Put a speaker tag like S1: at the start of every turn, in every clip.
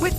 S1: With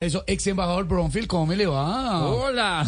S2: Eso, ex embajador Bronfield, ¿cómo me le va?
S3: Hola.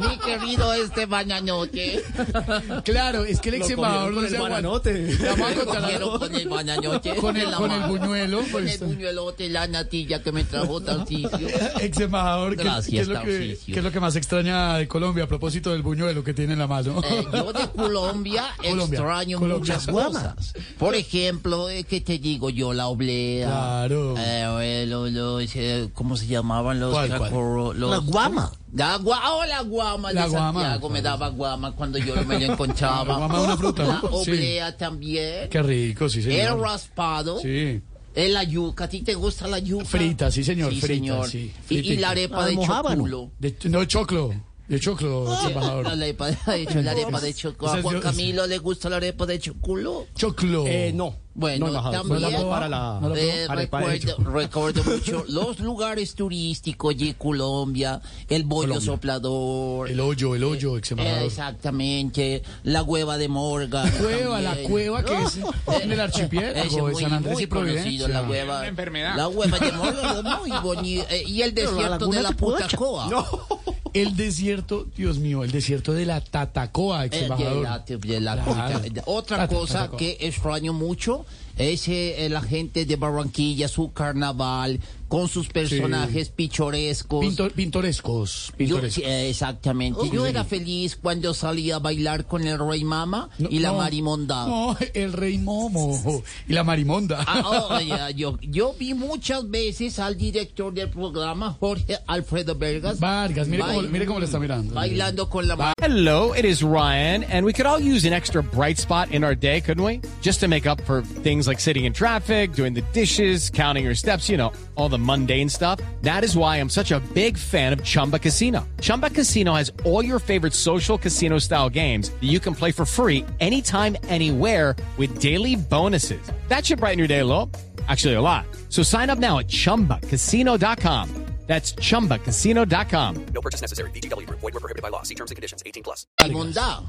S3: Mi querido este bañanoche.
S2: Claro, es que el ex embajador no se aguanta. La vamos a contar la-
S3: Quiero con el bañanoche.
S2: Con el- con el buñuelo,
S3: Con
S2: pues.
S3: el buñuelote y la natilla que me trajo Tarcisio.
S2: Ex embajador, ¿qué,
S3: Gracias,
S2: qué es lo que,
S3: Tarcisio.
S2: qué es lo que más extraña de Colombia a propósito del buñuelo que tiene en la mano?
S3: Eh, yo de Colombia,
S2: Colombia,
S3: extraño
S2: Colombia.
S3: muchas cosas. Por ejemplo, eh, ¿qué te digo yo? La oblea.
S2: Claro.
S3: Eh, eh, lo- los, eh, ¿Cómo se llamaban los
S2: ¿Cuál, cuál?
S3: cacorro- los-
S4: La guama.
S3: La guama, la guama
S2: La
S3: de
S2: guama.
S3: Santiago me daba guama cuando yo me lo
S2: La
S3: encontraba.
S2: guama es una fruta,
S3: La
S2: ¿no? Sí.
S3: oblea también.
S2: Qué rico, sí,
S3: El
S2: señor.
S3: raspado.
S2: Sí.
S3: Eh, la yuca. ¿A ti te gusta la yuca?
S2: Frita, sí, señor, frita,
S3: señor.
S2: sí,
S3: Y- y,
S2: fritica.
S3: la arepa
S4: Ah,
S3: de
S4: mojábano.
S3: choculo.
S2: De, no, choclo. De choclo, ex
S3: La
S2: embajador.
S3: arepa de, la arepa de choculo.
S2: Esa
S3: ¿A
S2: es
S3: Juan
S2: yo-
S3: Camilo le gusta la arepa de choculo?
S2: Choclo.
S5: Eh, no. no,
S3: Bueno,
S5: embajador,
S3: también-
S5: no la puedo para la...
S2: No la-
S3: Eh,
S5: Arepa de
S3: recuerdo, recuerdo mucho los lugares turísticos de Colombia, el bollo
S2: Colombia.
S3: soplador,
S2: El hoyo, el hoyo, ex
S3: eh,
S2: embajador.
S3: exactamente, la hueva de Morgan.
S2: Cueva, la
S3: también. Eh.
S2: cueva que es en el
S3: Ah, Ese
S2: archipiélago de
S3: muy,
S2: San Andrés
S3: muy
S2: y
S3: conocido,
S2: Providencia.
S3: la hueva.
S6: Una enfermedad.
S3: La hueva de Morgan es muy bonita. eh, y el
S4: Pero la
S3: desierto de
S4: laguna
S3: la
S4: de Pudacha.
S3: Putacoa.
S2: El desierto, Dios mío, el desierto de la Tatacoa, ex
S3: Eh,
S2: embajador.
S3: de la- de la-
S2: Claro.
S3: de- Otra
S2: Tata-
S3: cosa
S2: Tatacoa.
S3: que extraño mucho es eh, la gente de Barranquilla, su carnaval, con sus personajes pichorescos.
S2: Pinto- pintorescos,
S3: Yo-
S2: pintorescos.
S3: eh, exactamente. Yo era feliz cuando salía a bailar con el Rey Mama
S2: No,
S3: y la
S2: no,
S3: Marimonda.
S2: No, el rey Momo y la Marimonda.
S3: Ah, oh, ya, yo, yo vi muchas veces al director del programa, Jorge Alfredo Vargas.
S2: Vargas, mire cómo,
S3: bail-
S2: mire cómo le está mirando.
S3: Bailando con la ma-
S7: Hello, it is Ryan, and we could all use an extra bright spot in our day, couldn't we? Just to make up for things like sitting in traffic, doing the dishes, counting your steps, you know, all the mundane stuff. That is why I'm such a big fan of Chumba Casino. Chumba Casino has all your favorite social casino style games that you can play for free anytime, anywhere with daily bonuses. That should brighten your day, a little. Actually, a lot. So sign up now at chumbacasino.com. That's chumbacasino.com.
S3: Marimonda. Ay,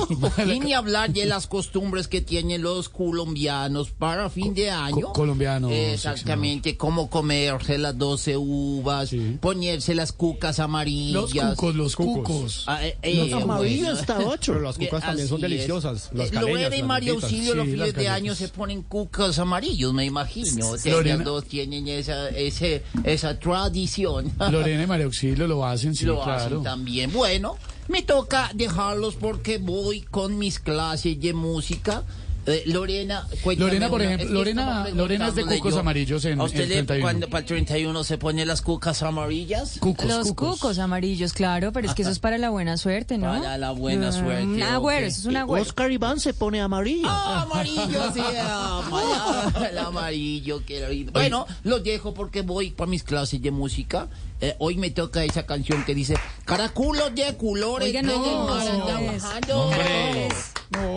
S2: Oh,
S3: y ni hablar de las costumbres que tienen los colombianos para fin de año.
S2: co- colombianos,
S3: Exactamente, cómo comerse las 12 uvas, ponerse las cucas
S2: Los
S3: amarillas.
S2: cucos, los cucos.
S3: Ah, eh, eh,
S4: Los amarillos
S3: bueno.
S4: hasta ocho.
S5: Pero las cucas también son
S3: Así es.
S5: deliciosas. Las
S3: Eh,
S5: caleñas,
S3: Loera y
S5: las
S3: María
S5: gorditas.
S3: Auxilio los
S2: Sí, las
S3: fines de
S2: caleñas.
S3: año se ponen cucas amarillos, me imagino.
S2: Sí,
S3: Ellas
S2: Lorena.
S3: dos tienen esa, ese, esa tradición.
S2: Lorena y María Auxilio lo hacen, sí,
S3: lo
S2: claro.
S3: hacen también. Bueno, me toca dejarlos porque voy con mis clases de música. Eh, Lorena, cuéntame
S2: Lorena, por
S3: una-
S2: ejemplo,
S3: que
S2: Lorena-
S3: estaba
S2: Lorena es de
S3: preguntándole
S2: cucos amarillos en-
S3: ¿A usted
S2: en
S3: le-
S2: 31?
S3: cuando para el 31 se pone las cucas amarillas?
S2: Cucos,
S8: Los cucos. amarillos, claro, pero es que eso es para la buena suerte, ¿no?
S3: Para la buena
S8: Ah,
S3: suerte,
S8: Un agüero,
S3: ok.
S8: eso es un agüero.
S4: Oscar Iván se pone amarillo.
S3: Ah, amarillo, sí, ah, el amarillo. que era- Bueno, los dejo porque voy para mis clases de música. Eh, hoy me toca esa canción que dice Caraculos de colores
S8: Oiga,
S3: que
S8: no,
S3: del mar
S8: no
S3: andan
S8: es.
S3: bajando".
S2: No,